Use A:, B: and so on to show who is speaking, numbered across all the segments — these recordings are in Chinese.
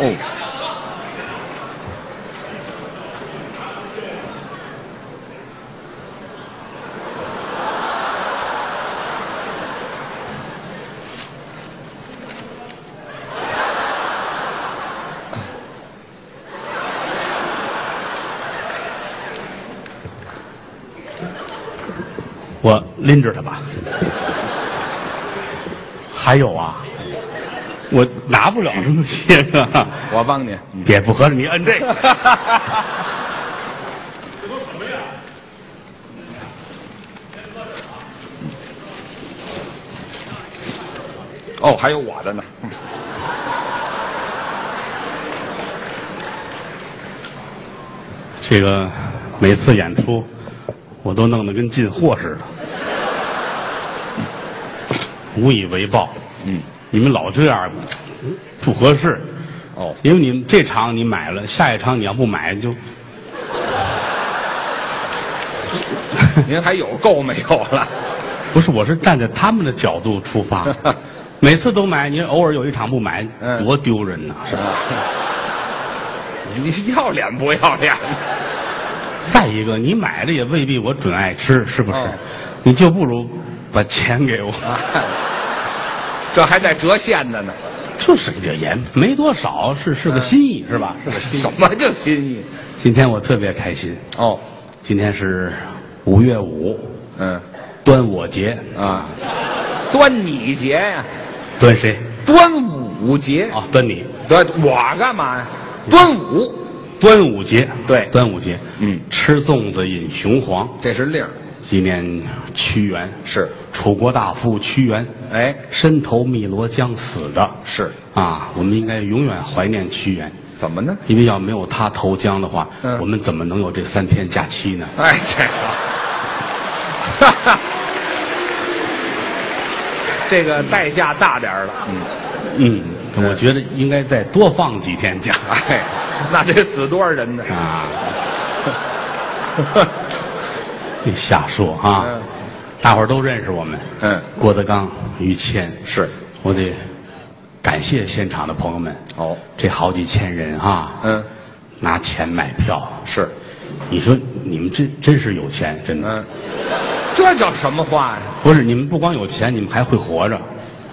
A: 哦，
B: 我拎着它吧。还有啊，我拿不了这么些个。啊
A: 我帮你。
B: 也不合适，你摁这个。
A: 哦，还有我的呢。
B: 这个每次演出，我都弄得跟进货似的，无以为报。
A: 嗯，
B: 你们老这样，不合适。
A: 哦，
B: 因为你们这场你买了，下一场你要不买就
A: 您还有够没有了？
B: 不是，我是站在他们的角度 出发，每次都买，你偶尔有一场不买，
A: 嗯
B: 多丢人呐、
A: 是吧？ 你是要脸不要脸？
B: 再一个，你买了也未必我准爱吃，是不是？
A: 哦
B: 你就不如把钱给我。
A: 啊，这还带折现的呢，
B: 就是 这盐没多少，是是个
A: 嗯
B: 心意，是吧？是个心意。
A: 什么叫心意？
B: 今天我特别开心，
A: 哦，
B: 今天是五月五，
A: 嗯
B: 端午节，
A: 啊，端你节呀，
B: 端谁？
A: 端午节
B: 啊，端你。
A: 端我干嘛呀？端午，
B: 端午节，
A: 对
B: 端午节，
A: 嗯
B: 吃粽子饮雄黄，
A: 这是令儿，
B: 纪念屈原，
A: 是，
B: 楚国大夫屈原，
A: 哎，
B: 身投汨罗江死的，
A: 是，
B: 啊，我们应该永远怀念屈原，
A: 怎么呢？
B: 因为要没有他投江的话，
A: 嗯
B: 我们怎么能有这三天假期呢？
A: 哎，这个， 这个代价大点儿了。嗯，
B: 嗯，我觉得应该再多放几天假。
A: 哎，那得死多少人呢？
B: 啊，你瞎说啊！
A: 嗯
B: 大伙儿都认识我们，
A: 嗯
B: 郭德纲、于谦
A: 是，
B: 我得感谢现场的朋友们，
A: 哦，
B: 这好几千人啊，
A: 嗯，
B: 拿钱买票，
A: 是，
B: 你说你们真真是有钱，真的、
A: 嗯，这叫什么话呀？
B: 不是你们不光有钱，你们还会活着。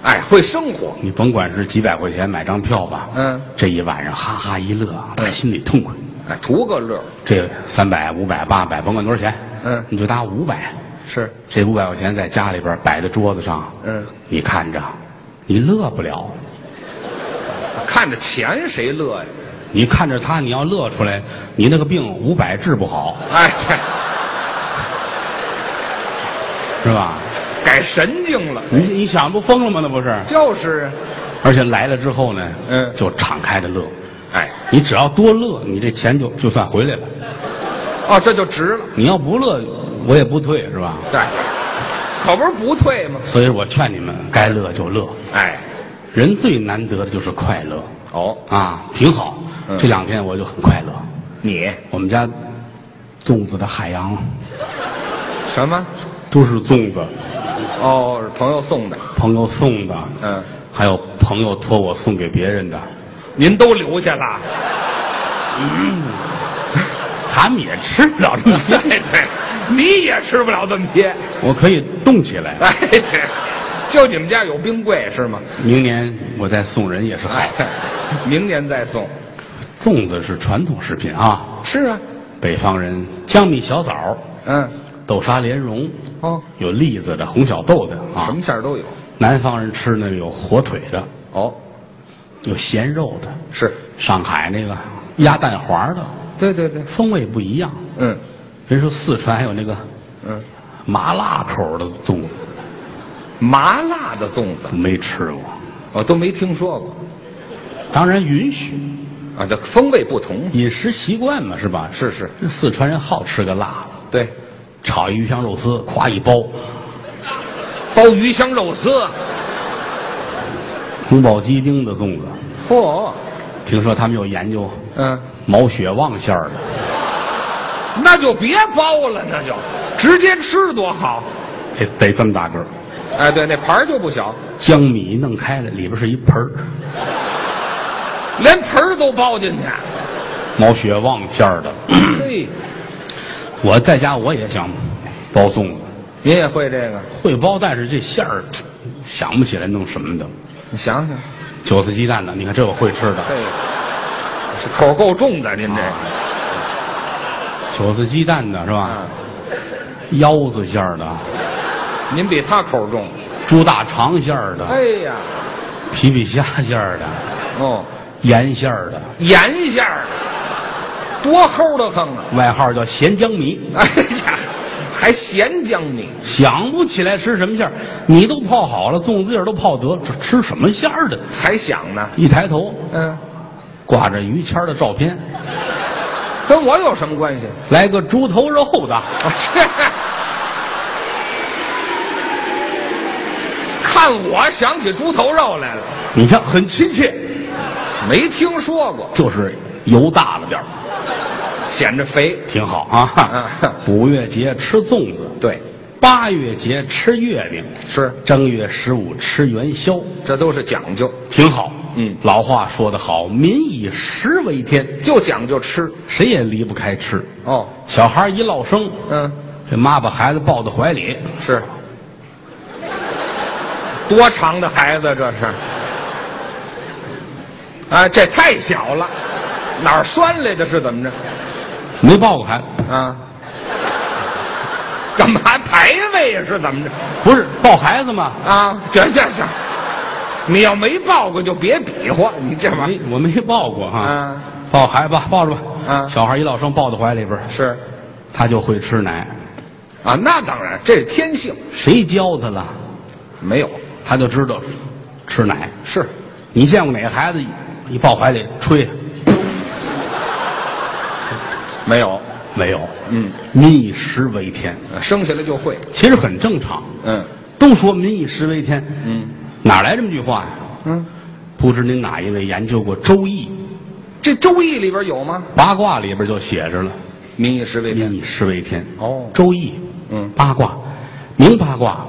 A: 哎，会生活。
B: 你甭管是几百块钱买张票吧，
A: 嗯
B: 这一晚上哈哈一乐，他
A: 嗯
B: 心里痛快。
A: 哎，图个乐儿。
B: 这三百、五百、八百，甭管多少钱，
A: 嗯
B: 你就拿五百，
A: 是，
B: 这五百块钱在家里边摆在桌子上，
A: 嗯，
B: 你看着，你乐不了，
A: 看着钱谁乐呀？
B: 你看着他，你要乐出来，你那个病五百治不好，
A: 哎，这
B: 是吧？
A: 改神经了。
B: 你你想不疯了吗？那不是，
A: 就是，啊
B: 而且来了之后呢，
A: 嗯
B: 就敞开的乐，
A: 哎，
B: 你只要多乐，你这钱就就算回来了。
A: 哦，这就值了。
B: 你要不乐，我也不退，是吧？
A: 对，可不是不退吗？
B: 所以我劝你们，该乐就乐，
A: 哎，
B: 人最难得的就是快乐
A: 哦，
B: 啊，挺好。
A: 嗯
B: 这两天我就很快乐，
A: 你
B: 我们家粽子的海洋
A: 什么？
B: 都是粽子，
A: 哦，是朋友送的。
B: 朋友送的，
A: 嗯，
B: 还有朋友托我送给别人的，
A: 您都留下了。
B: 他们也吃不了这么些，
A: 哎，对，你也吃不了这么些。
B: 我可以冻起来。
A: 哎，这就你们家有冰柜是吗？
B: 明年我再送人也是好
A: 哎。，明年再送。
B: 粽子是传统食品啊，
A: 是啊，
B: 北方人江米小枣、
A: 嗯，
B: 豆沙莲蓉，
A: 哦，
B: 有栗子的、红小豆的
A: 什
B: 啊
A: 么。馅儿都有。
B: 南方人吃那个有火腿的，
A: 哦，
B: 有咸肉的，
A: 是，
B: 上海那个鸭蛋黄的，
A: 对对对，
B: 风味不一样。
A: 嗯
B: 人说四川还有那个
A: 嗯，
B: 麻辣口的粽子，
A: 麻辣的粽子
B: 没吃过。
A: 我都没听说过
B: 当然允许，
A: 啊，这风味不同。
B: 饮食习惯嘛，是吧？
A: 是是，
B: 四川人好吃个辣的，
A: 对，
B: 炒一鱼香肉丝，咵一包，
A: 包鱼香肉丝。
B: 宫保鸡丁的粽子。
A: 嚯、
B: 听说他们有研究
A: 嗯，
B: 毛血旺馅儿的，
A: 那就别包了，那就直接吃多好。
B: 得哎得这么大个儿，
A: 哎，对，那盘儿就不小。
B: 江米弄开了，里边是一盆儿，
A: 连盆儿都包进去。
B: 毛血旺片儿的。
A: 嘿，
B: 我在家我也想包粽子，
A: 您也会这个？
B: 会包，但是这馅儿想不起来弄什么的。
A: 你想想，
B: 韭菜鸡蛋的，你看这我会吃
A: 嘿
B: 的。，
A: 这口够重的，您这
B: 啊韭菜鸡蛋的是吧？
A: 啊
B: 腰子馅儿的，
A: 您比他口重。
B: 猪大肠馅儿
A: 哎
B: 的，
A: 呀，
B: 皮皮虾馅儿的，
A: 哦，
B: 盐馅儿的，
A: 盐馅儿，多齁的慌啊！
B: 外号叫咸江米。
A: 哎呀，还咸江米，
B: 想不起来吃什么馅儿，你都泡好了，粽子叶儿都泡得，这吃什么馅儿的？
A: 还想呢？
B: 一抬头，
A: 嗯，
B: 挂着于谦儿的照片，
A: 跟我有什么关系？
B: 来个猪头肉的，
A: 啊切 看我想起猪头肉来了，
B: 你看很亲切，
A: 没听说过，
B: 就是油大了点儿，
A: 显着肥。
B: 挺好啊
A: 嗯。
B: 五月节吃粽子，
A: 对，
B: 八月节吃月饼，
A: 是，
B: 正月十五吃元宵，
A: 这都是讲究，
B: 挺好。
A: 嗯
B: 老话说得好，民以食为天，
A: 就讲究吃。
B: 谁也离不开吃。
A: 哦，
B: 小孩一落生，
A: 嗯，
B: 这妈把孩子抱到怀里，
A: 是。多长的孩子这是？啊，这太小了，哪儿拴来的？是怎么着？
B: 没抱过孩子，
A: 啊？干嘛排位呀是怎么着？
B: 不是抱孩子吗？
A: 啊，这这这，你要没抱过就别比划，你这玩意
B: 没，我没抱过
A: 儿
B: 哈。
A: 啊，
B: 抱孩子吧，抱着吧。
A: 嗯
B: 小孩一落生抱到怀里边儿，
A: 是
B: 他就会吃奶。
A: 啊，那当然，这是天性，
B: 谁教他了？
A: 没有
B: 他就知道吃奶。
A: 是
B: 你见过哪个孩子一抱怀里吹？
A: 没有，
B: 没有。
A: 嗯，
B: 民以食为天，
A: 呃生下来就会，
B: 其实很正常。
A: 嗯
B: 都说民以食为天，
A: 嗯
B: 哪来这么句话呀、
A: 嗯，
B: 不知您哪一位研究过《周易》？
A: 这《周易》里边有吗？
B: 八卦里边就写着了，
A: 民以食为
B: 民
A: 天，
B: 以食为天。
A: 哦
B: 周易，
A: 嗯
B: 八卦，明八卦，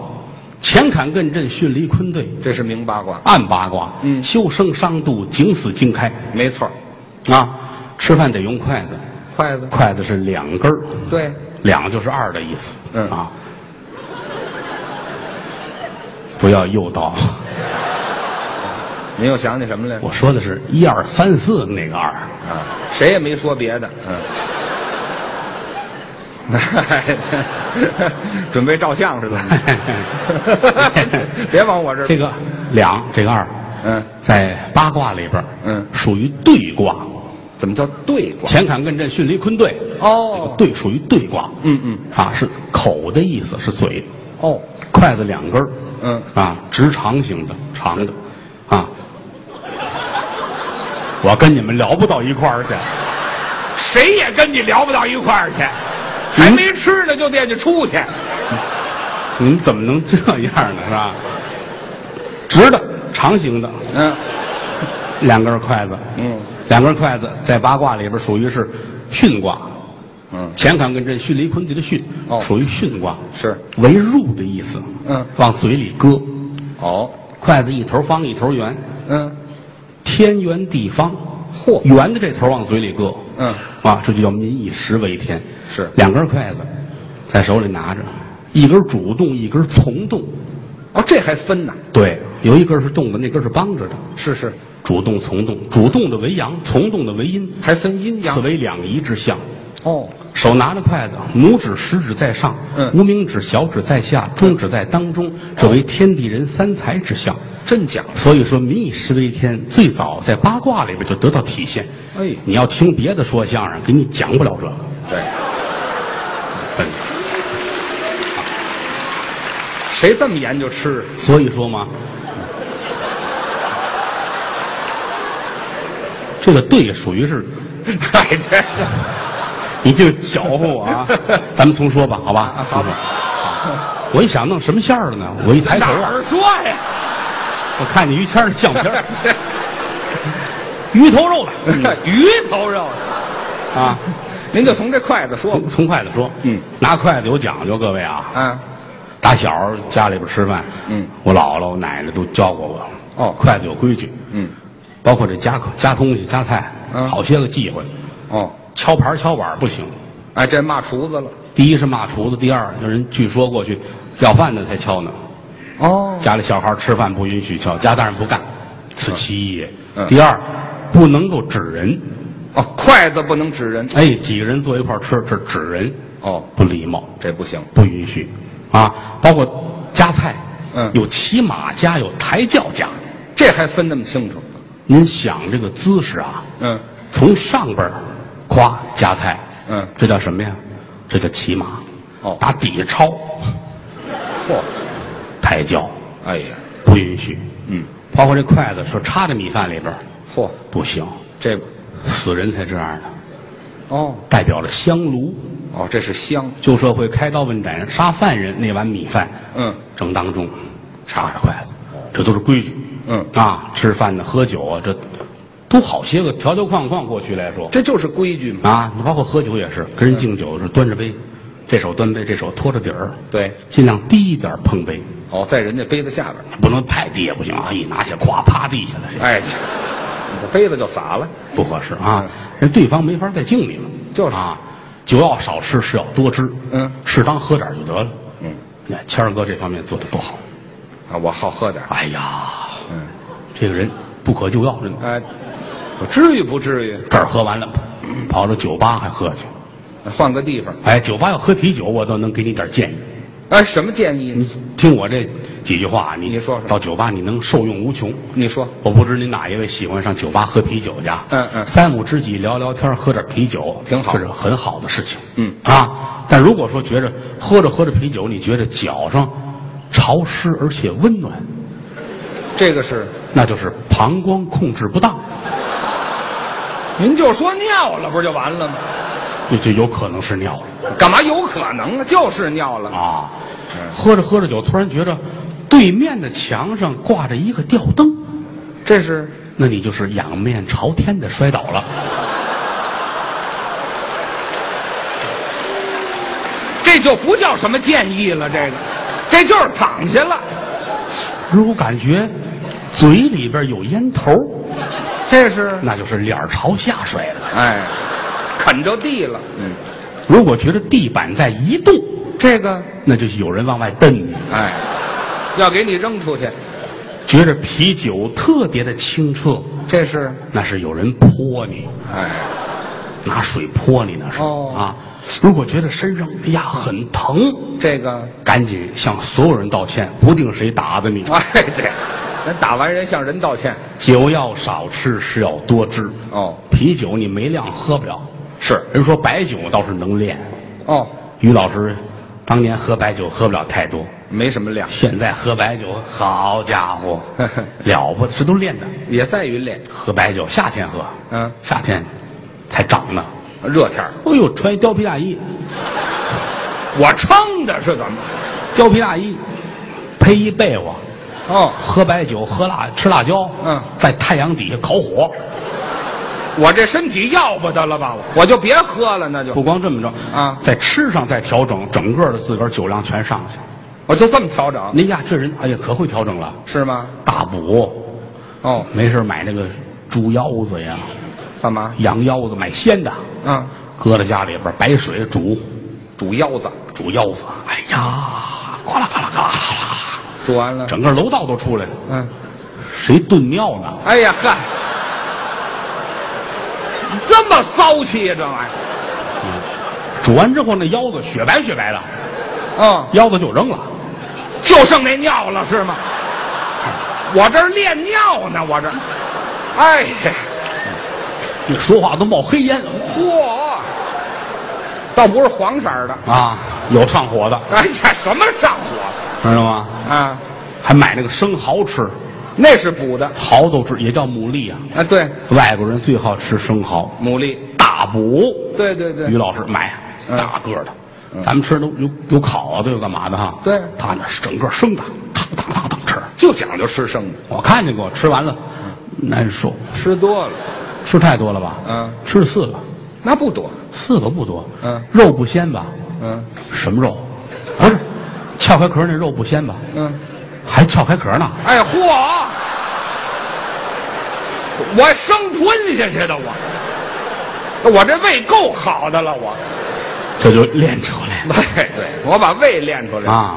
B: 乾坎艮震巽离坤兑，
A: 这是明八卦，
B: 暗八卦，
A: 嗯
B: 修生伤度，景死惊开，
A: 没错儿，
B: 啊，吃饭得用筷子，
A: 筷子，
B: 筷子是两根儿，
A: 对，
B: 两就是二的意思，
A: 嗯
B: 啊，不要诱导，
A: 您又想起什么来了？
B: 我说的是一二三四那个二，
A: 啊，谁也没说别的，嗯， 准备照相是怎么着？ 别往我这儿
B: 这个两这个二，
A: 嗯，
B: 在八卦里边儿，
A: 嗯
B: 属于对卦，
A: 怎么叫对卦？
B: 乾坎艮震巽离坤兑，这个
A: 哦，
B: 兑属于对卦，
A: 嗯嗯，
B: 啊，是口的意思，是嘴，
A: 哦，
B: 筷子两根儿，
A: 嗯
B: 啊，直长型的，长的，啊，我跟你们聊不到一块儿去，
A: 谁也跟你聊不到一块儿去，还没吃呢就惦记出去，
B: 你们怎么能这样呢？是吧？直的，长形的，
A: 嗯
B: 两根筷子，
A: 嗯
B: 两根筷子在八卦里边属于是巽卦，
A: 嗯，
B: 乾坎艮震巽离坤兑的巽，
A: 哦
B: 属于巽卦，
A: 是，
B: 为入的意思，
A: 嗯
B: 往嘴里搁，
A: 哦，
B: 筷子一头方一头圆，
A: 嗯，
B: 天圆地方，
A: 嚯
B: 圆的这头往嘴里搁，
A: 嗯，
B: 啊，这就叫民以食为天，
A: 是
B: 两根筷子在手里拿着，一根主动，一根从动，
A: 哦，这还分呢，
B: 对，有一根是动的，那根是帮着的，
A: 是是，
B: 主动从动，主动的为阳，从动的为阴，
A: 还分阴
B: 此
A: 阳，
B: 为两仪之象。
A: 哦，
B: 手拿着筷子，拇指、食指在上，
A: 嗯哦
B: 无名指、小指在下，中指在当中，这为天地人三才之象。
A: 真讲究，
B: 所以说，民以食为天，最早在八卦里边就得到体现。
A: 哎
B: 你要听别的说相声，给你讲不了这个。
A: 对，
B: 嗯
A: 谁这么研究吃？
B: 所以说嘛，这个对属于是，
A: 哎，对，
B: 你净搅和我 啊！咱们重说吧，好吧？
A: 啊好
B: 重说。
A: 啊
B: 我一想弄什么馅儿的呢？我一抬头
A: 哪
B: 啊，
A: 儿说呀？
B: 我看见于谦儿的相片 儿，鱼头肉的、
A: 鱼头肉，
B: 啊。
A: 您就从这筷子说吧
B: 从从筷子说，
A: 嗯，
B: 拿筷子有讲究，各位啊。
A: 啊，
B: 打小家里边吃饭，
A: 嗯，
B: 我姥姥、我奶奶都教过我，
A: 哦
B: 筷子有规矩，
A: 嗯，
B: 包括这夹克、夹东西、夹菜，
A: 嗯
B: 好些个忌讳，
A: 哦，
B: 敲盘儿敲碗儿不行。
A: 哎，这骂厨子了。
B: 第一是骂厨子，第二有人据说过去要饭的才敲呢，
A: 哦，
B: 家里小孩吃饭不允许敲，家大人不干，此其一也。
A: 嗯
B: 第二，不能够指人，
A: 哦，筷子不能指人。
B: 哎，几个人坐一块儿吃，这指人
A: 哦，
B: 不礼貌，
A: 这不行。
B: 不允许啊。包括夹菜，
A: 嗯
B: 有骑马夹，有抬轿夹。
A: 这还分那么清楚？
B: 您想这个姿势啊，
A: 嗯，
B: 从上边儿夸夹菜，
A: 嗯
B: 这叫什么呀？这叫骑马。
A: 哦
B: 打底下抄
A: 嚯，
B: 抬轿，
A: 哎呀，
B: 不允许。
A: 嗯，
B: 包括这筷子说插在米饭里边儿
A: 嚯，
B: 不行，
A: 这，
B: 死人才这样的，
A: 哦
B: 代表着香炉。
A: 哦，这是香。
B: 旧社会开刀问斩杀犯人那碗米饭，
A: 嗯
B: 正当中插着筷子，这都是规矩。
A: 嗯
B: 啊，吃饭呢，喝酒啊，这都好些个条条框框。过去来说，
A: 这就是规矩嘛。
B: 啊，包括喝酒也是，跟人敬酒是端着杯，这手端杯，这手托着底儿，
A: 对，
B: 尽量低一点碰杯，
A: 哦，在人家杯子下边儿。
B: 不能太低也不行啊！一拿起来，咵趴地下了，这
A: 哎，你的杯子就洒了。
B: 不合适啊！人对方没法再敬你了，
A: 就是
B: 啊，酒要少吃，是要多吃，
A: 嗯
B: 适当喝点就得了。
A: 嗯，
B: 你看谦儿哥这方面做的不好，
A: 啊，我好喝点儿。
B: 哎呀，
A: 嗯，
B: 这个人不可救药，真的。
A: 哎，我至于不至于？
B: 这儿喝完了，跑到酒吧还喝去。
A: 呃换个地方。
B: 哎，酒吧要喝啤酒，我倒能给你点建议。
A: 哎，什么建议？
B: 你
A: 你
B: 听我这几句话，你
A: 你说说
B: 到酒吧你能受用无穷。
A: 你说。
B: 我不知您哪一位喜欢上酒吧喝啤酒去啊？
A: 嗯嗯
B: 三五知己聊聊天，喝点啤酒，
A: 挺好
B: 这是很好的事情。
A: 嗯
B: 啊，但如果说觉着喝着喝着啤酒，你觉着脚上潮湿而且温暖，
A: 这个是，
B: 那就是膀胱控制不当，
A: 您就说尿了，不是就完了吗？
B: 就就有可能是尿了
A: 干嘛有可能啊？就是尿了。
B: 啊
A: 嗯。
B: 喝着喝着酒，突然觉着对面的墙上挂着一个吊灯，
A: 这是
B: 那你就是仰面朝天的摔倒了。
A: 这就不叫什么建议了，这个，这就是躺下了。
B: 如果感觉嘴里边有烟头儿。
A: 这是，
B: 那就是脸儿朝下摔的。
A: 哎，啃着地了。嗯，
B: 如果觉得地板在移动，
A: 这个，
B: 那就是有人往外蹬你。
A: 哎，要给你扔出去。
B: 觉着啤酒特别的清澈，
A: 这是，
B: 那是有人泼你，
A: 哎，
B: 拿水泼你那是、
A: 哦
B: 啊。如果觉得身上哎呀很疼，
A: 这个，
B: 赶紧向所有人道歉，不定谁打的你。
A: 哎，对，咱打完人向人道歉。
B: 酒要少吃，是要多吃。
A: 哦，
B: 啤酒你没量喝不了，
A: 是，
B: 人说白酒倒是能练。
A: 哦，
B: 于老师当年喝白酒喝不了太多，
A: 没什么量，
B: 现在喝白酒，好家 伙，了不得，这都练的。
A: 也在于练。
B: 喝白酒，夏天喝，
A: 嗯，
B: 夏天才长呢。
A: 热天儿
B: 哎呦，穿一貂皮大衣，
A: 我撑的是怎么？
B: 貂皮大衣，披一被窝，
A: 哦，
B: 喝白酒，喝辣，吃辣椒，
A: 嗯
B: 在太阳底下烤火。
A: 我这身体要不得了吧？我我就别喝了，那就
B: 不光这么着
A: 啊
B: 在吃上再调整，整个的自个儿酒量全上去。
A: 我就这么调整，
B: 您呀，这人哎呀，可会调整了，
A: 是吗？
B: 大补，
A: 哦，
B: 没事买那个猪腰子呀，
A: 干嘛？
B: 羊腰子，买鲜的，
A: 啊，
B: 搁在家里边儿白水煮，
A: 煮腰子，
B: 煮腰子，哎呀，哗啦哗啦哗啦哗啦哗
A: 煮完了
B: 啦，，整个楼道都出来了。
A: 嗯，
B: 谁炖尿呢？
A: 哎呀嗨，这么骚气呀、这玩意儿，
B: 嗯煮完之后那腰子雪白雪白的，
A: 哦，
B: 腰子就扔了。
A: 就剩那尿了是吗？我这儿练尿呢，我这儿，哎呀，
B: 那说话都冒黑烟
A: 嚯，倒不是黄色儿的，
B: 啊，有上火的，
A: 哎呀，什么上火
B: 知道吗？
A: 啊？
B: 还买那个生蚝吃，
A: 那是补的
B: 蚝都吃，也叫牡蛎啊。
A: 啊，对，
B: 外国人最好吃生蚝，
A: 牡蛎，
B: 大补。
A: 对对对
B: 于，老师买
A: 嗯
B: 大个儿的，
A: 嗯
B: 咱们吃都有有烤啊，都有干嘛的哈？
A: 对
B: 他那是整个生的，当当当当吃。
A: 就讲究吃生的，
B: 我看见过，吃完了难受，
A: 吃多了，
B: 吃太多了吧？
A: 嗯
B: 吃了四个，
A: 那不多，
B: 四个不多。
A: 嗯
B: 肉不鲜吧？
A: 嗯
B: 什么肉？不是，撬开壳那肉不鲜吧？
A: 嗯。哎
B: 还撬开壳呢？
A: 哎嚯！我生吞下去的我，我这胃够好的了我。
B: 这就练出来了
A: 哎，对，我把胃练出来了。
B: 啊！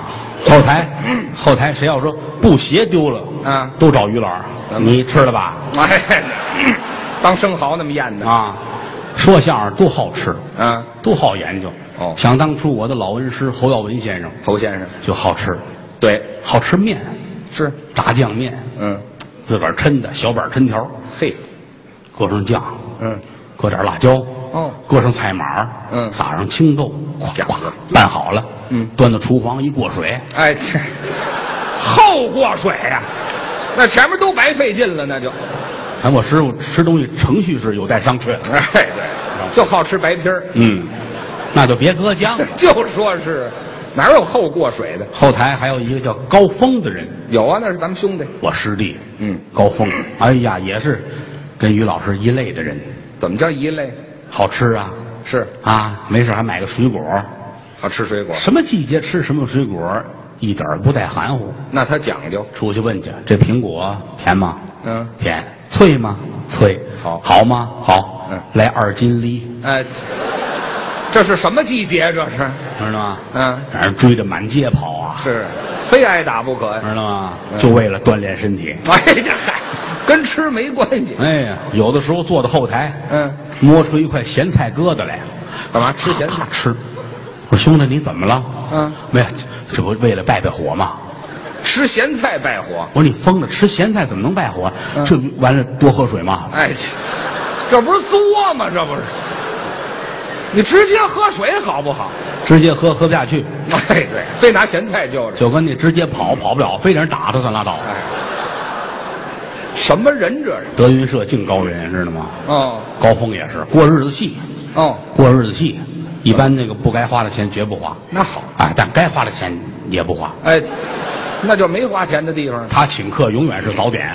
B: 后台，后台谁要说布鞋丢了，
A: 嗯
B: 都找于老儿，
A: 嗯
B: 你吃了吧？
A: 哎，嗯当生蚝那么咽的。
B: 啊，说相声多好吃，
A: 嗯，
B: 多好研究。
A: 哦
B: 想当初我的老恩师侯耀文先生
A: 侯先生，
B: 就好吃，
A: 对，
B: 好吃面，
A: 是，
B: 炸酱面，
A: 嗯，
B: 自个儿抻的小板抻条，
A: 嘿，
B: 搁上酱，
A: 嗯，
B: 搁点辣椒，
A: 哦
B: 搁上菜码，
A: 嗯
B: 撒上青豆，
A: 家
B: 咵
A: 伙
B: 咵拌好了，
A: 嗯
B: 端到厨房一过水，
A: 哎，这后过水呀、那前面都白费劲了，那就，
B: 哎，我师傅吃东西程序是有待商榷的，
A: 哎，对， 就好吃白皮儿，
B: 嗯，那就别 搁姜了。
A: 就说是哪有后过水的？
B: 后台还有一个叫高峰的人，
A: 有啊，那是咱们兄弟，
B: 我师弟，
A: 嗯，
B: 高峰，哎呀，也是跟于老师一类的人，
A: 怎么叫一类？
B: 好吃啊，
A: 是
B: 啊，没事还买个水果，
A: 啊，吃水果，
B: 什么季节吃什么水果，一点儿不带含糊。
A: 那他讲究，
B: 出去问去，这苹果甜吗？
A: 嗯
B: 甜。脆吗？脆。
A: 好
B: 好吗？好。
A: 嗯
B: 来二斤梨，
A: 哎，这是什么季节？这是，
B: 知道吗？
A: 嗯，
B: 让人追着满街跑啊，
A: 是非挨打不可呀。
B: 知道吗？
A: 嗯
B: 就为了锻炼身体。
A: 哎，这嗨，跟吃没关系。
B: 哎呀，有的时候坐到后台，
A: 嗯，
B: 摸出一块咸菜疙瘩来，
A: 干嘛啊吃咸菜
B: 咔？ 吃。我说兄弟，你怎么了？
A: 嗯，
B: 没有，这这不为了败败火吗？
A: 吃咸菜败火。
B: 我说你疯了，吃咸菜怎么能败火？啊
A: 嗯
B: 这完了多喝水吗？
A: 哎，这这不是作吗？这不是？你直接喝水好不好？
B: 直接喝喝不下去，
A: 哎，对，非拿咸菜救着。
B: 就跟你直接跑跑不了，非得人打他算拉倒。
A: 哎，什么人这是？
B: 德云社净高人，知道吗？
A: 哦
B: 高峰也是过日子细，
A: 哦，
B: 过日子细，一般那个不该花的钱绝不花，
A: 那好，
B: 哎，但该花的钱也不花。
A: 哎，那就没花钱的地方，
B: 他请客永远是早点，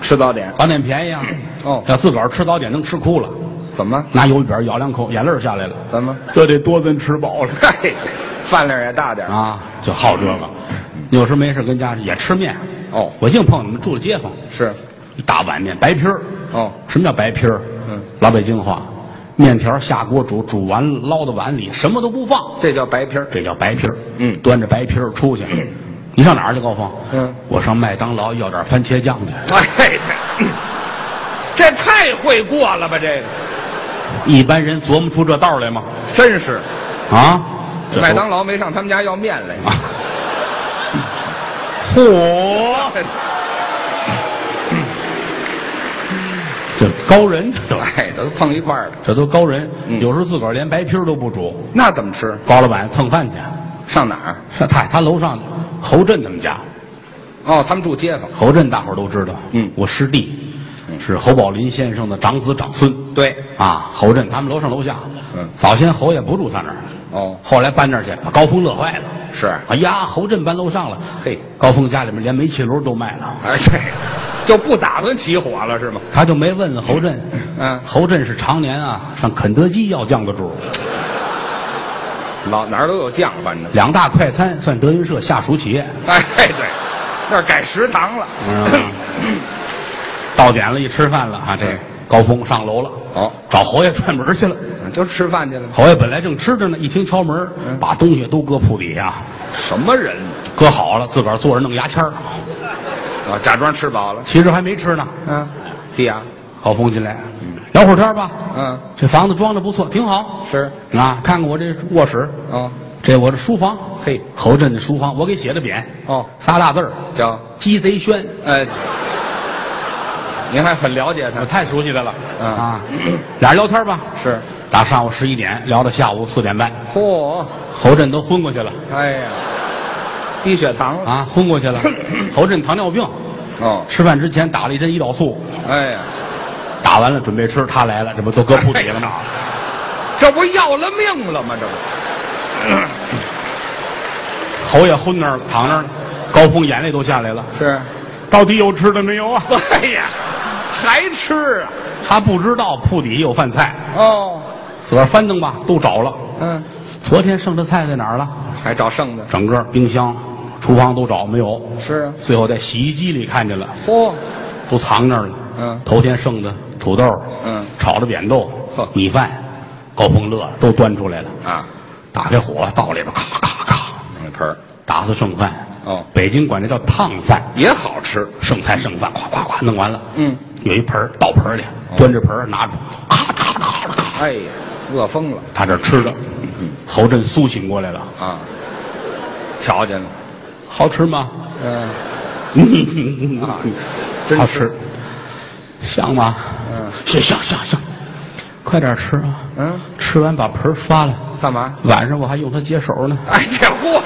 A: 吃早点。
B: 早点便宜啊。
A: 哦
B: 要自个儿吃早点能吃哭了，
A: 怎么？
B: 拿油饼咬两口，眼泪儿下来了。
A: 怎么？
B: 这得多咱吃饱了
A: 哎，对饭量也大点儿。
B: 啊，就好这个。有时没事跟家也吃面，
A: 哦，
B: 我净碰我们住的街坊，
A: 是。
B: 一大碗面白皮儿。
A: 哦，
B: 什么叫白皮儿？
A: 嗯，
B: 老北京话，面条下锅煮，煮完捞到碗里，什么都不放，
A: 这叫白皮儿。
B: 这叫白皮儿。
A: 嗯
B: 端着白皮儿出去，你上哪儿去，高峰？
A: 嗯
B: 我上麦当劳要点番茄酱去。
A: 哎，这这太会过了吧？这个
B: 一般人琢磨出这道来吗？
A: 真是，
B: 啊，这都
A: 麦当劳没上他们家要面来。
B: 啊， 嚯，
A: 啊
B: 这高人这都
A: 哎，都碰一块儿了，
B: 这都高人，
A: 嗯
B: 有时候自个儿连白皮儿都不煮。
A: 那怎么吃？
B: 高老板蹭饭去，
A: 上哪儿？
B: 上他他楼上侯震他们家，
A: 哦，他们住街坊。
B: 侯震大伙儿都知道，
A: 嗯
B: 我师弟
A: 嗯
B: 是侯宝林先生的长子长孙，
A: 对，
B: 啊，侯震他们楼上楼下，
A: 嗯
B: 早先侯爷不住他那儿，
A: 哦，
B: 后来搬那儿去，把高峰乐坏了。
A: 是
B: 哎呀，侯震搬楼上了，
A: 嘿，
B: 高峰家里面连煤气炉都卖了，
A: 哎，这就不打算起火了是吗？
B: 他就没问问侯震。
A: 嗯
B: 侯震是常年啊上肯德基要酱的主，
A: 老哪儿都有酱，反正。
B: 两大快餐算德云社下属企业，
A: 哎，对，那儿改食堂了。
B: 嗯，到点了，一吃饭了啊，这
A: 嗯
B: 高峰上楼了，
A: 哦，
B: 找侯爷串门去了。
A: 嗯就吃饭去了。
B: 侯爷本来正吃着呢，一听敲门，
A: 嗯
B: 把东西都搁铺底下，
A: 什么人
B: 搁好了，自个儿坐着弄牙签儿，
A: 啊？假装吃饱了。
B: 其实还没吃呢。
A: 嗯，对呀，
B: 高峰进来，聊会儿天儿吧。
A: 嗯，
B: 这房子装的不错，挺好
A: 是。
B: 啊。看看我这卧室，
A: 哦，
B: 这我这书房，
A: 嘿，
B: 侯震的书房，我给写的匾，
A: 哦，
B: 仨大字儿
A: 叫
B: “鸡贼轩
A: 呃，您还很了解”，
B: 我
A: 他。
B: 太熟悉他了。
A: 嗯
B: 啊，俩人聊天吧，
A: 是。
B: 打上午十一点聊到下午四点半，
A: 嚯，
B: 侯震都昏过去了
A: 哎呀，低血糖了。
B: 啊，昏过去了。侯震糖尿病，
A: 哦，
B: 吃饭之前打了一针胰岛素，
A: 哎呀，
B: 打完了准备吃，他来了，这不都搁铺底了吗？
A: 这不要了命了吗？这不
B: 侯爷昏那儿了，躺那儿了，高峰眼泪都下来了。
A: 是？
B: 到底有吃的没有啊？
A: 哎呀，还吃啊？
B: 他不知道铺底有饭菜，
A: 哦，
B: 自个儿翻腾吧，都找了。
A: 嗯，
B: 昨天剩的菜在哪儿了？
A: 还找剩的。
B: 整个冰箱、厨房都找没有，
A: 是啊。
B: 最后在洗衣机里看见了，
A: 嚯，
B: 都藏那儿了。
A: 嗯
B: 头天剩的土豆，
A: 嗯
B: 炒的扁豆
A: 呵，
B: 米饭，高峰乐了都端出来了，
A: 啊，
B: 打开火倒里边，咔咔咔，
A: 那盆儿
B: 打死剩饭。
A: 哦
B: 北京管这叫烫饭，
A: 也好吃，
B: 剩菜剩饭，咵咵咵弄完了。
A: 嗯，哦
B: 有一盆儿倒盆儿里，端着盆儿拿着，咔咔咔咔，
A: 哎呀，饿疯了
B: 他这吃着。
A: 嗯
B: 侯震苏醒过来了，
A: 啊，瞧见了，
B: 好吃吗？
A: 嗯，啊 真
B: 好
A: 吃
B: 吃，香吗？
A: 嗯
B: 香香香香，快点吃啊！
A: 嗯，
B: 吃完把盆儿刷了，
A: 干嘛？
B: 晚上我还用它接手呢。
A: 哎，这嚯，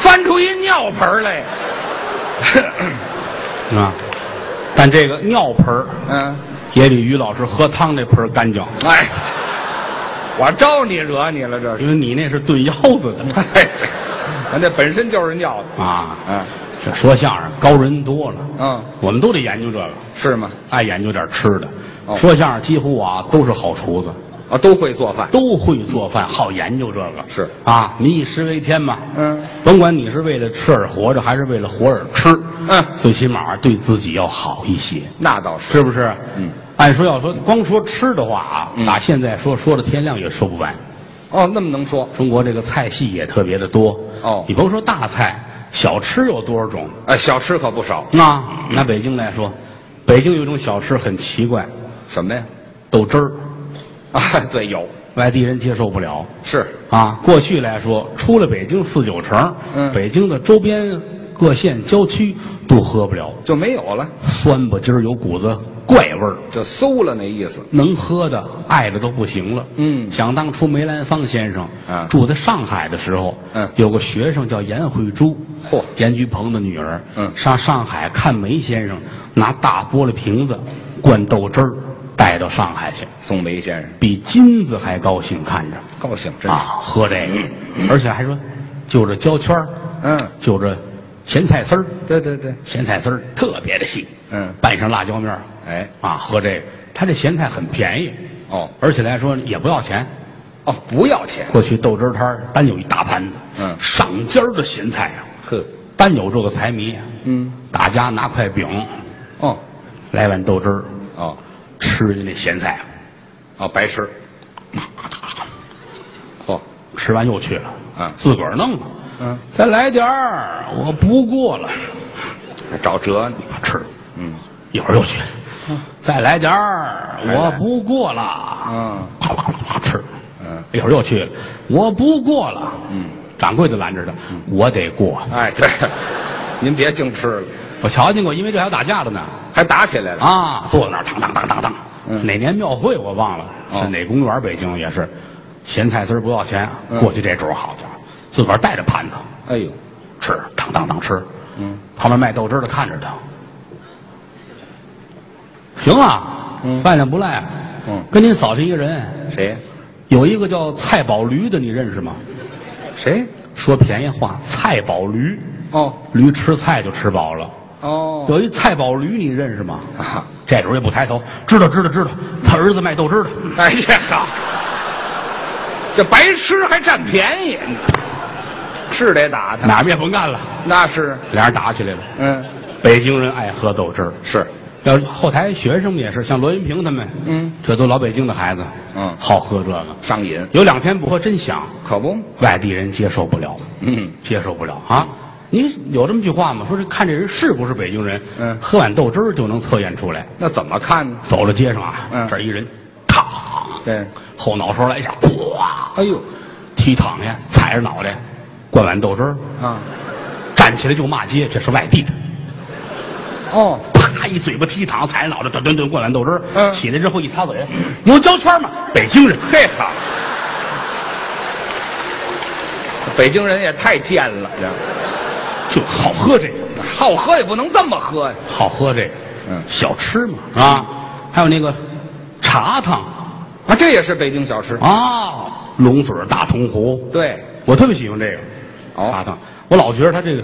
A: 翻出一尿盆儿来，
B: 啊，但这个尿盆儿
A: 嗯，
B: 也比于老师喝汤这盆儿干净，
A: 哎，我招你惹你了这是？
B: 因为你那是炖腰子 的
A: 哎，这 咱这本身就是尿的，
B: 啊。
A: 嗯
B: 这说相声高人多了，
A: 嗯，
B: 我们都得研究这个，
A: 是吗？
B: 爱研究点吃的。
A: 哦
B: 说相声几乎啊都是好厨子，
A: 啊，都会做饭，
B: 都会做饭，好研究这个。
A: 是
B: 啊，民以食为天嘛。
A: 嗯，
B: 甭管你是为了吃而活着，还是为了活而吃，
A: 嗯
B: 最起码对自己要好一些，
A: 那倒是，
B: 是不是？
A: 嗯，
B: 按说要说光说吃的话啊，
A: 嗯
B: 打现在说说的天亮也说不完。
A: 哦，那么能说，
B: 中国这个菜系也特别的多。
A: 哦
B: 你甭说大菜，小吃有多少种？
A: 哎，小吃可不少，
B: 啊，拿北京来说，北京有一种小吃很奇怪，
A: 什么呀？
B: 豆汁儿，
A: 啊， 对，有
B: 外地人接受不了。
A: 是，
B: 啊，过去来说，出了北京四九城，
A: 嗯
B: 北京的周边各县郊区都喝不了，
A: 就没有了，
B: 酸吧唧儿有股子怪味儿，
A: 就馊了那意思，
B: 能喝的爱的都不行了。
A: 嗯
B: 想当初梅兰芳先生
A: 啊
B: 住在上海的时候，
A: 嗯
B: 有个学生叫颜慧珠，
A: 嚯
B: 严菊鹏的女儿，
A: 嗯
B: 上上海看梅先生拿大玻璃瓶子灌豆汁儿带到上海去，
A: 宋梅先生
B: 比金子还高兴看着。
A: 高兴，真是，
B: 啊，喝这个，而且还说就着焦圈儿，
A: 嗯，
B: 就着咸菜丝儿，
A: 对对对，
B: 咸菜丝儿特别的细，
A: 嗯
B: 拌上辣椒面儿，
A: 哎，
B: 啊，喝这个，他这咸菜很便宜，
A: 哦
B: 而且来说也不要钱。
A: 哦，不要钱，
B: 过去豆汁儿摊儿单有一大盘子，
A: 嗯
B: 上尖儿的咸菜啊，
A: 呵，
B: 单有这个财迷，
A: 嗯，
B: 大家拿块饼，
A: 哦
B: 来碗豆汁儿，
A: 哦
B: 吃进那咸菜，啊
A: 哦，白吃，嗯嚯，
B: 吃完又去了，
A: 嗯
B: 自个儿弄吧，
A: 嗯，
B: 再来点儿，我不过了，
A: 找辙呢，
B: 吃。
A: 嗯，
B: 一会儿又去，再来点儿，
A: 还来
B: 我不过了，
A: 嗯
B: 啪啪啪啪吃，
A: 嗯
B: 一会儿又去了，我不过了，
A: 嗯，
B: 掌柜的拦着他，我得过，
A: 哎，对，您别净吃了，
B: 我瞧见过，因为这还有打架的呢，
A: 还打起来了，
B: 啊，坐在那儿，当当当当当，
A: 嗯
B: 哪年庙会我忘了，
A: 哦
B: 是哪公园？北京也是，咸菜丝儿不要钱
A: 嗯，
B: 过去这主儿好家伙，自个儿带着盘子
A: 哎呦，
B: 吃，当当当吃，
A: 嗯
B: 旁边卖豆汁儿的看着他，行啊，
A: 嗯
B: 饭量不赖啊。
A: 嗯
B: 跟您嫂子一个人，
A: 谁呀？
B: 有一个叫蔡宝驴的，你认识吗？
A: 谁？
B: 说便宜话，蔡宝驴，
A: 哦
B: 驴吃菜就吃饱了。
A: 哦，
B: 有一蔡宝驴，你认识吗？
A: 啊，
B: 这主儿也不抬头，知道知道知道，他儿子卖豆汁的。
A: 哎呀好，这白吃还占便宜，是得打他，
B: 哪儿也甭干了，
A: 那是，
B: 俩人打起来了。
A: 嗯，
B: 北京人爱喝豆汁儿，
A: 是，
B: 要是后台学生们也是，像罗云平他们，
A: 嗯，
B: 这都老北京的孩子，
A: 嗯
B: 好喝这个。
A: 上瘾，
B: 有两天不喝真想，
A: 可不，
B: 外地人接受不了，
A: 嗯，
B: 接受不了啊！你有这么句话吗？说这看这人是不是北京人，
A: 嗯
B: 喝碗豆汁儿就能测验出来。
A: 那怎么看呢？
B: 走到街上啊，
A: 嗯
B: 这儿一人，嘡，
A: 对，
B: 后脑勺来一下，咵，
A: 哎呦，
B: 踢躺下，踩着脑袋，灌碗豆汁儿，
A: 啊，
B: 站起来就骂街，这是外地的。
A: 哦，
B: 啪！一嘴巴踢躺，踩着脑袋，顿顿顿灌碗豆汁儿。
A: 嗯
B: 起来之后一擦嘴，哎有胶圈吗？北京人，
A: 嘿好，北京人也太贱了，这
B: 就好喝这个，
A: 好喝也不能这么喝呀，
B: 好喝这个，
A: 嗯
B: 小吃嘛，啊，还有那个茶汤
A: 啊，这也是北京小吃，
B: 啊，龙嘴儿大铜壶，
A: 对，
B: 我特别喜欢这个
A: 哦
B: 茶汤，我老觉得它这个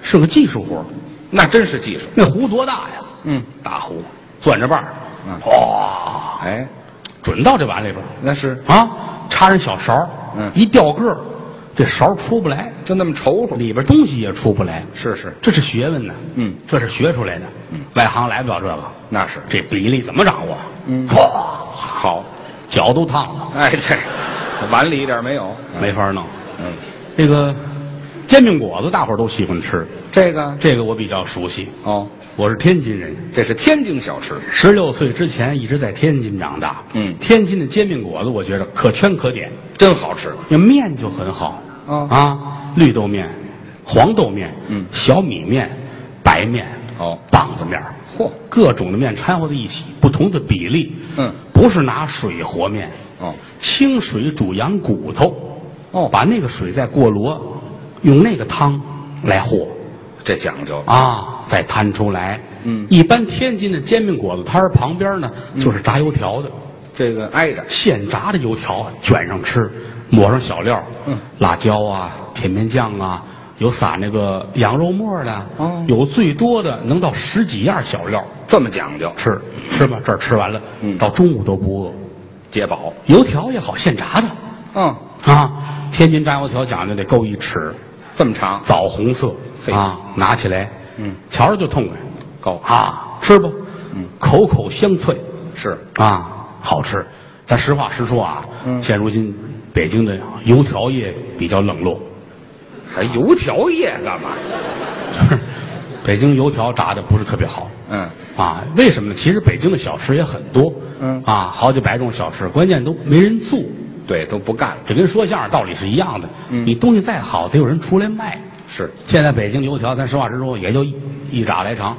B: 是个技术活儿，
A: 那真是技术，
B: 那壶多大呀？
A: 嗯，
B: 大壶，攥着把儿
A: 嗯，
B: 哗、
A: 哎，
B: 准到这碗里边儿
A: 那是，
B: 啊，插上小勺儿，
A: 嗯
B: 一掉个儿，这勺出不来，
A: 就那么稠乎。
B: 里边东西也出不来，
A: 是是，
B: 这是学问呐。
A: 嗯
B: 这是学出来的。外行来不了这个。
A: 那是
B: 这比例怎么掌握？
A: 嗯
B: 嚯，
A: 好。
B: 脚都烫了，
A: 哎，这碗里一点没有。
B: 没法弄。
A: 嗯，
B: 这个煎饼果子大伙儿都喜欢吃，
A: 这个
B: 这个我比较熟悉。
A: 哦，
B: 我是天津人，
A: 这是天津小吃。
B: 十六岁之前一直在天津长大。
A: 嗯
B: 天津的煎饼果子我觉得可圈可点，
A: 真好吃。
B: 那面就很好。
A: 嗯哦
B: 啊，绿豆面、黄豆面、
A: 嗯
B: 小米面、白面、
A: 哦
B: 棒子面儿，
A: 嚯，
B: 各种的面掺和在一起，不同的比例。
A: 嗯，
B: 不是拿水和面，
A: 哦
B: 清水煮羊骨头，
A: 哦
B: 把那个水再过箩，用那个汤来和
A: 这讲究。
B: 啊，再摊出来。
A: 嗯
B: 一般天津的煎饼果子摊儿旁边呢，就是炸油条的，
A: 这个挨着。
B: 现炸的油条啊卷上吃，抹上小料，
A: 嗯，
B: 辣椒啊，甜面酱啊，有撒那个羊肉末的，
A: 哦
B: 有最多的能到十几样小料
A: 这么讲究，
B: 吃，吃吧，这儿吃完了，
A: 嗯
B: 到中午都不饿。
A: 解饱。
B: 油条也好，现炸的
A: 嗯，
B: 啊，天津炸油条讲究得够一尺，
A: 这么长，
B: 枣红色
A: 嘿
B: 啊，拿起来，
A: 嗯，
B: 瞧着就痛快
A: 高
B: 啊，吃吧，
A: 嗯，
B: 口口香脆
A: 是
B: 啊，好吃。咱实话实说啊，
A: 嗯
B: 现如今北京的油条业比较冷落，
A: 还油条叶干嘛？
B: 就是北京油条炸的不是特别好。
A: 嗯，
B: 啊，为什么呢？其实北京的小吃也很多，
A: 嗯
B: 啊，好几百种小吃，关键都没人做，
A: 对，都不干了。
B: 这跟说相声道理是一样的。
A: 嗯
B: 你东西再好，得有人出来卖。
A: 是，
B: 现在北京油条，咱实话实说，也就一一扎来长，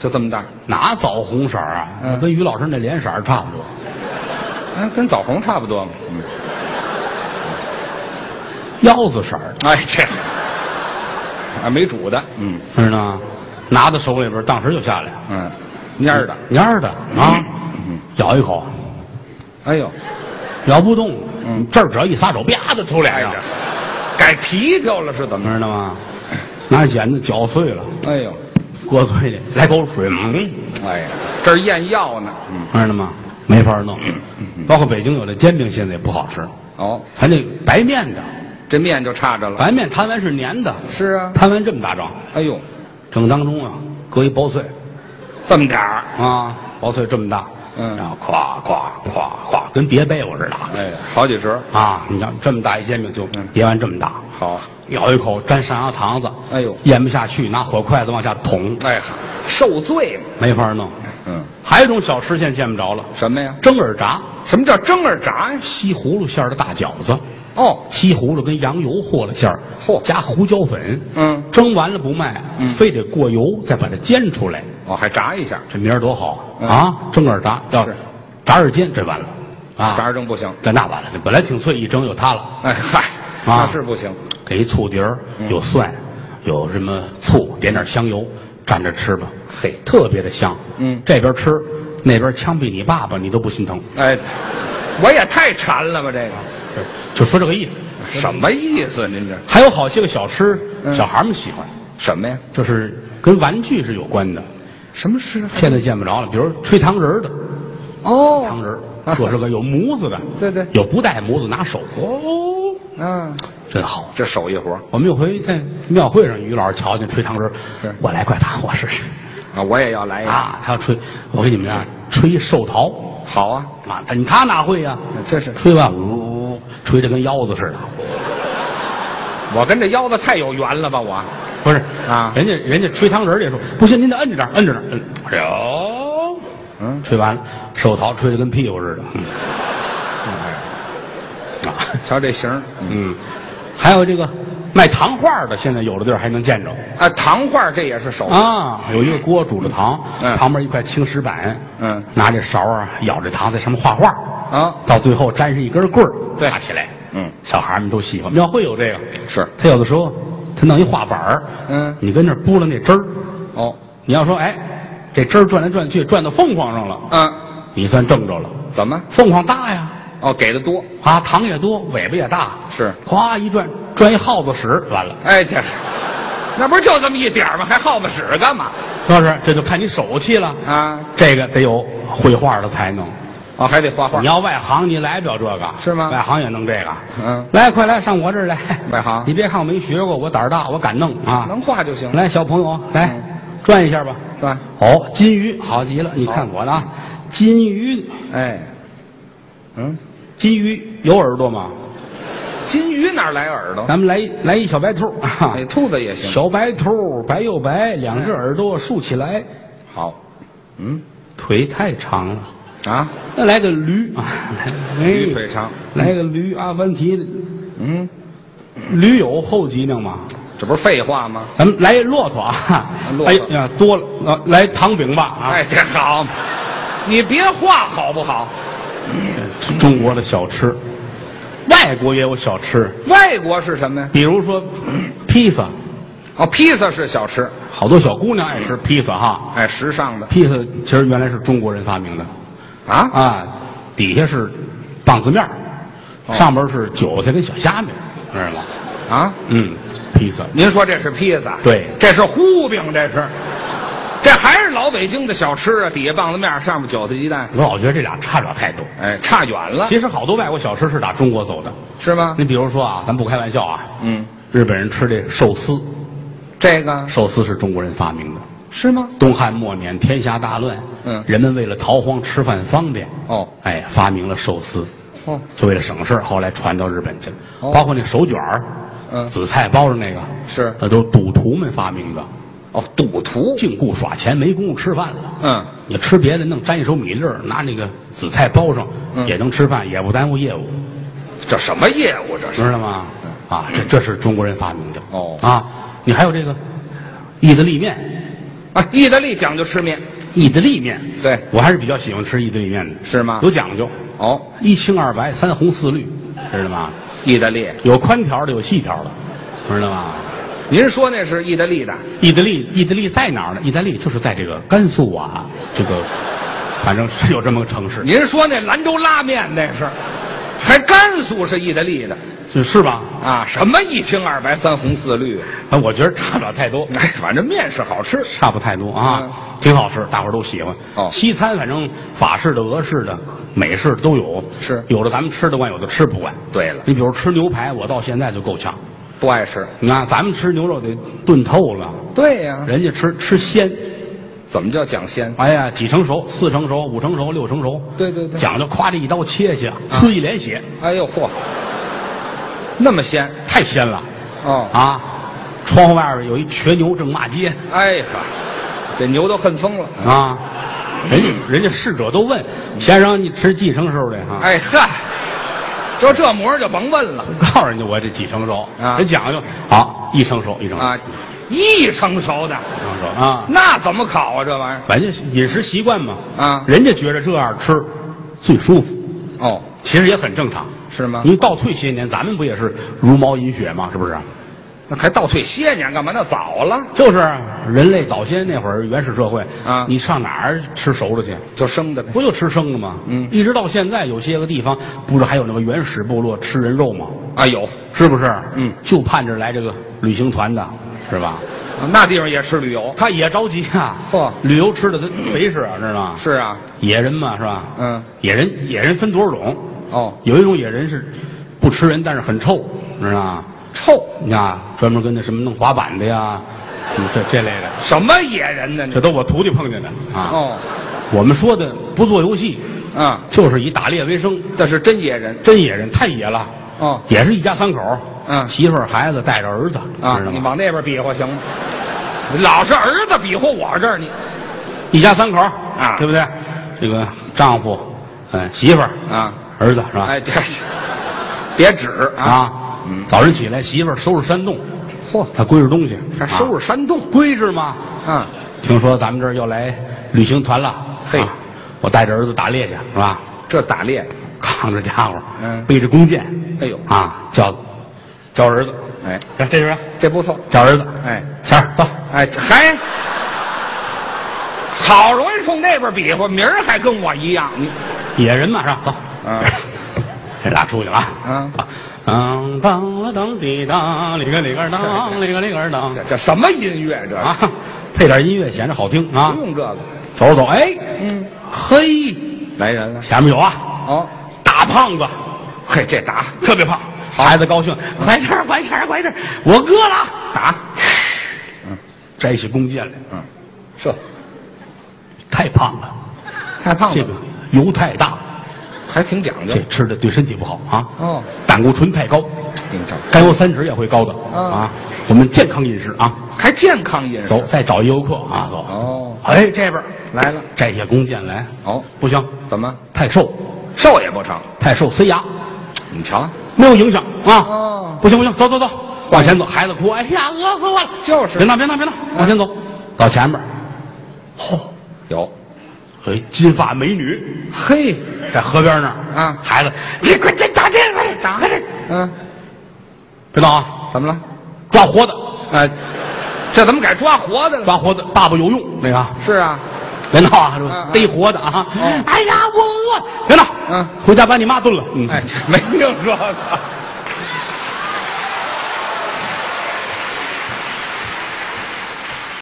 A: 就这么大，
B: 哪枣红色儿啊？
A: 嗯
B: 跟于老师那脸色儿差不多。
A: 啊，跟枣红差不多嘛。嗯，
B: 腰子色儿的，
A: 哎，这啊没煮的。嗯
B: 知道吗？拿到手里边儿，当时就下来了，
A: 嗯，蔫儿的。
B: 蔫儿的啊，
A: 嗯
B: 咬一口，
A: 哎呦，
B: 咬不动，
A: 嗯哎
B: 这儿只要一撒手，啪就抽脸
A: 挨
B: 上
A: 着，，改皮条了是怎么？
B: 知道吗？拿剪子绞碎了，
A: 哎呦，
B: 搁嘴里，来口水，嗯，
A: 哎呀，这儿验药呢。嗯，
B: 知道吗？没法弄
A: 嗯，
B: 包括北京有的煎饼现在也不好吃，
A: 哦，
B: 它那个白面的，
A: 这面就差着了。
B: 白面摊完是粘的，
A: 哎是啊，
B: 摊完这么大张，
A: 哎呦，
B: 正当中啊，搁一薄脆
A: 这么点儿，
B: 啊，薄脆这么大，
A: 嗯
B: 然后咵咵咵咵，跟叠被窝似的
A: 哎，好几折，
B: 啊！你看这么大一煎饼就
A: 嗯
B: 叠完这么大，
A: 好，
B: 咬一口沾上牙膛子，
A: 哎呦
B: 咽不下去，拿火筷子往下捅，
A: 哎，受罪嘛，
B: 没法弄。
A: 嗯，
B: 还有一种小吃现在见不着了，
A: 什么呀？
B: 蒸耳炸，
A: 什么叫蒸耳炸呀？
B: 西葫芦馅儿的大饺子，
A: 哦，
B: 西葫芦跟羊油和了馅儿，
A: 嚯
B: 加胡椒粉，
A: 嗯，
B: 蒸完了不卖，
A: 嗯
B: 非得过油再把它煎出来，
A: 哦，还炸一下，
B: 这名儿多好、
A: 嗯
B: 啊！蒸耳炸，要
A: 是
B: 炸耳尖，这完了啊！
A: 炸着蒸不行，
B: 这那完了，这本来挺脆，一蒸就塌了。
A: 哎嗨，
B: 啊
A: 那是不行，
B: 给一醋碟儿，
A: 嗯
B: 有蒜，有什么醋，点点香油，蘸着吃吧，
A: 嘿
B: 特别的香。
A: 嗯
B: 这边吃，那边枪毙你爸爸，你都不心疼。
A: 哎，我也太馋了吧，这个
B: 就说这个意思。
A: 什么意思？您这
B: 还有好些个小吃，
A: 嗯
B: 小孩儿们喜欢，
A: 什么呀？
B: 就是跟玩具是有关的，
A: 什么诗？
B: 现在见不着了。比如吹糖人儿的，
A: 哦，
B: 糖人儿，这是个有模子的，
A: 对对
B: 有不带模子拿手，哦，
A: 嗯，
B: 真好。
A: 这手艺活儿
B: 我们有回在庙会上，于老师瞧见吹糖人儿
A: 是，
B: 我来怪他，我试试
A: 啊，我也要来一个，
B: 啊，他要吹，我给你们啊，吹寿桃
A: 好啊，
B: 啊，但他哪会呀、
A: 这是
B: 吹完呜，吹得跟腰子似的，
A: 我跟这腰子太有缘了吧，我
B: 不是
A: 啊
B: 人家人家吹糖人儿也说不行，您得摁着点儿，摁着点儿，摁，
A: 嗯
B: 有，吹完了，寿桃吹得跟屁股似的，嗯
A: 哎
B: 啊，
A: 瞧这形儿，
B: 嗯，还有这个卖糖画的，现在有的地儿还能见着
A: 啊，糖画这也是手艺，
B: 啊，有一个锅煮着糖，
A: 嗯
B: 旁边一块青石板，
A: 嗯
B: 拿这勺啊舀着糖在上面画画，
A: 啊
B: 到最后粘上一根棍儿，
A: 对
B: 拿起来，
A: 嗯
B: 小孩们都喜欢，庙会有这个，
A: 是
B: 他有的时候他弄一画板儿，
A: 嗯
B: 你跟那儿拨拉那汁儿，
A: 哦，
B: 你要说哎，这汁儿转来转去转到凤凰上了，
A: 嗯，
B: 你算挣着了，
A: 怎么？
B: 凤凰大呀，
A: 哦，给的多，
B: 啊，糖也多，尾巴也大，
A: 是
B: 哗一转转一耗子屎，完了。
A: 哎，这是，那不是就这么一点儿吗？还耗子屎干嘛？
B: 是不是？这就看你手气了。
A: 啊，
B: 这个得有绘画的才能，
A: 啊，还得画画
B: 你。要外行，你来不了这个，
A: 是吗
B: 外行也弄这个。
A: 嗯，
B: 来，快来上我这儿来，
A: 外行
B: 你别看我没学过，我胆儿大，我敢弄啊！
A: 能嗯画就行了，
B: 来，小朋友，来转一下吧。
A: 是吧？
B: 哦，金鱼好极了，你看我的啊，金鱼，
A: 哎，嗯，
B: 金鱼有耳朵吗？
A: 金鱼哪来耳朵？
B: 咱们来一来一小白兔啊
A: 哎，，兔子也行。
B: 小白兔白又白，两只耳朵竖起来，
A: 好，嗯，
B: 腿太长了。
A: 啊，
B: 那来个驴啊，来
A: 驴腿长，
B: 来个驴阿凡提，
A: 嗯，
B: 驴有后脊梁吗？
A: 这不是废话吗？
B: 咱们来一骆驼啊
A: 骆，驼
B: 哎呀，多了，啊来糖饼吧啊！
A: 哎，这好，你别画好不好？
B: 中国的小吃，外国也有小吃，
A: 外国是什么呀？
B: 比如说披萨，
A: 哦，披萨是小吃，
B: 好多小姑娘爱吃披萨哈。
A: 哎，时尚的
B: 披萨其实原来是中国人发明的
A: 啊
B: 啊，底下是棒子面儿
A: 哦
B: 上边是韭菜跟小虾米，知道吗？
A: 啊！
B: 嗯，披萨。
A: 您说这是披萨？
B: 对
A: 这是糊饼，这是，这还是老北京的小吃啊，底下棒子面，上面韭菜鸡蛋，
B: 我老觉得这俩差不了太多。
A: 哎，差远了，
B: 其实好多外国小吃是打中国走的。
A: 是吗？
B: 你比如说啊，咱不开玩笑啊，
A: 嗯，
B: 日本人吃这寿司，
A: 这个
B: 寿司是中国人发明的。
A: 是吗？
B: 东汉末年，天下大乱，
A: 嗯
B: 人们为了逃荒吃饭方便，
A: 哦
B: 哎，发明了寿司，
A: 哦，
B: 就为了省事儿后来传到日本去了，
A: 哦
B: 包括那手卷儿，
A: 嗯
B: 紫菜包着那个，
A: 是
B: 那都赌徒们发明的，
A: 哦，赌徒，
B: 净顾耍钱，没工夫吃饭了。
A: 嗯，
B: 你吃别的，弄沾一手米粒儿，拿那个紫菜包上，
A: 嗯
B: 也能吃饭，也不耽误业务。
A: 这什么业务这
B: 知
A: 是？嗯
B: 道吗？啊，这这是中国人发明的
A: 哦
B: 啊，你还有这个意大利面，
A: 啊，意大利讲究吃面，
B: 意大利面，
A: 对
B: 我还是比较喜欢吃意大利面的，
A: 是吗
B: 有讲究，
A: 哦，
B: 一清二白，三红四绿，知道吗？
A: 意大利，
B: 有宽条的，有细条的，知道吗？
A: 您说那是意大利的？
B: 意大利，意大利在哪儿呢？意大利就是在这个甘肃啊，这个反正是有这么个城市，
A: 您说那兰州拉面那是，还甘肃是意大利的
B: 是是吧？
A: 啊？什么一清二白三红四绿？
B: 啊，我觉得差不了太多。
A: 哎，反正面是好吃。
B: 差不太多啊，
A: 嗯
B: 挺好吃，大伙儿都喜欢。
A: 哦
B: 西餐反正法式的、俄式的、美式的都有，
A: 是
B: 有的咱们吃得惯，有的吃不惯。
A: 对了，
B: 你比如吃牛排，我到现在就够呛。
A: 不爱吃。
B: 那咱们吃牛肉得炖透了，
A: 对呀、
B: 人家吃吃鲜，
A: 怎么叫讲鲜？
B: 哎呀，几成熟、四成熟、五成熟、六成熟，
A: 对啊对对
B: 讲究夸这一刀切下，呲一脸血，
A: 哎呦嚯，那么鲜
B: 太鲜了
A: 哦！
B: 啊！窗户外边有一瘸牛正骂街
A: 哎哈，这牛都恨疯了。
B: 啊，人家人家侍者都问先生，你吃几成熟的啊？
A: 哎嗨，就这模样就甭问了
B: 告诉人家我这几成熟，
A: 啊
B: 人讲究好一成熟一成熟
A: 啊，嗯一成熟的
B: 一成熟啊，
A: 那怎么烤啊？这玩意
B: 反正饮食习惯嘛
A: 啊
B: 人家觉得这样吃最舒服，
A: 儿哦，
B: 其实也很正常，
A: 是吗
B: 因为倒退些年，咱们不也是茹毛饮血嘛，是不是？
A: 那还倒退些年干嘛？那早了
B: 就是人类早先那会儿原始社会
A: 啊
B: 你上哪儿吃熟的去？
A: 就生的呗。
B: 不就吃生的吗？
A: 嗯
B: 一直到现在，有些个地方不是还有那个原始部落吃人肉吗？
A: 啊有，
B: 是不是？
A: 嗯
B: 就盼着来这个旅行团的，是吧？
A: 那地方也是旅游。
B: 他也着急啊。
A: 嚯
B: 旅游吃的他肥是啊，知道吗？
A: 是啊，
B: 野人嘛，是吧？
A: 嗯，
B: 野人野人分多少种？
A: 哦，
B: 有一种野人是不吃人，但是很臭，知道吗？
A: 臭
B: 你看啊，专门跟那什么弄滑板的呀，嗯这这类的，
A: 什么野人呢？
B: 这
A: 这
B: 都我徒弟碰见的啊。
A: 哦，
B: 我们说的不做游戏，
A: 啊，
B: 就是以打猎为生，
A: 这是真野人
B: 真野人太野了，
A: 哦。
B: 也是一家三口，
A: 嗯
B: 媳妇儿、孩子带着儿子，
A: 啊
B: 知，道
A: 你
B: 吗？
A: 往那边比划行吗？老是儿子比划我这儿，你
B: 一家三口
A: 啊
B: 对不对？这个丈夫，嗯，媳妇儿，
A: 啊，
B: 儿子是吧？
A: 哎，这别指啊，
B: 啊
A: 嗯，
B: 早晨起来，媳妇儿收拾山洞，
A: 嚯
B: 她归置东西，
A: 还收拾山洞
B: 啊归置嘛。
A: 啊，
B: 听说咱们这儿要来旅行团了，
A: 嘿
B: 啊我带着儿子打猎去，是吧？
A: 这打猎，
B: 扛着家伙，
A: 嗯
B: 背着弓箭，
A: 哎呦
B: 啊，叫叫儿子，
A: 哎，
B: 来这边
A: 这不错，
B: 叫儿子，
A: 哎，
B: 钱儿走，
A: 哎，还好容易冲那边比划，明儿还跟我一样，你
B: 野人嘛是吧？走，
A: 嗯，
B: 这俩出去了啊，
A: 嗯
B: 啊，当当了当滴当，里个里个当，里个里个当
A: 这，这什么音乐这？
B: 啊，配点音乐显着好听啊
A: 不。用这个，
B: 走着走，哎，
A: 嗯，
B: 嘿，
A: 来人了。
B: 前面有啊，
A: 哦，
B: 大胖子，
A: 嘿，这打
B: 特别胖，孩子高兴，快点儿快点儿快点儿，我饿了，打，摘起弓箭来，
A: 嗯，射，
B: 太胖了，
A: 太胖了，
B: 这个油太大，
A: 还挺讲究
B: 这。吃的对身体不好啊，
A: 哦，
B: 胆固醇太高，
A: 你瞧，
B: 甘油三酯也会高的
A: 嗯
B: 啊，我们健康饮食啊，
A: 还健康饮食。
B: 走，再找一游客啊，走，
A: 哦，
B: 哎，这边儿
A: 来了。
B: 摘下弓箭来，
A: 哦，
B: 不行，
A: 怎么
B: 太瘦，
A: 瘦也不成？
B: 太瘦塞牙。
A: 你瞧，
B: 没有影响啊。
A: 哦
B: 不行不行，走走走，往前走。孩子哭，哎呀，饿死我了。
A: 就是
B: 别闹别闹别闹，往前走，到前面。嚯、
A: 有。
B: 有一金发美女
A: 嘿，
B: 在河边那儿。
A: 啊
B: 孩子，你快点打这个，打开这，
A: 嗯，
B: 知道啊？
A: 怎么了？
B: 抓活的，
A: 哎，这怎么改抓活的了？
B: 抓活的，爸爸有用那个啊。
A: 是啊，
B: 别闹啊
A: 嗯，嗯
B: 逮活的啊！
A: 哦
B: 哎呀，我饿，别闹。
A: 嗯
B: 回家把你妈炖了。嗯
A: 哎哎，没听说过。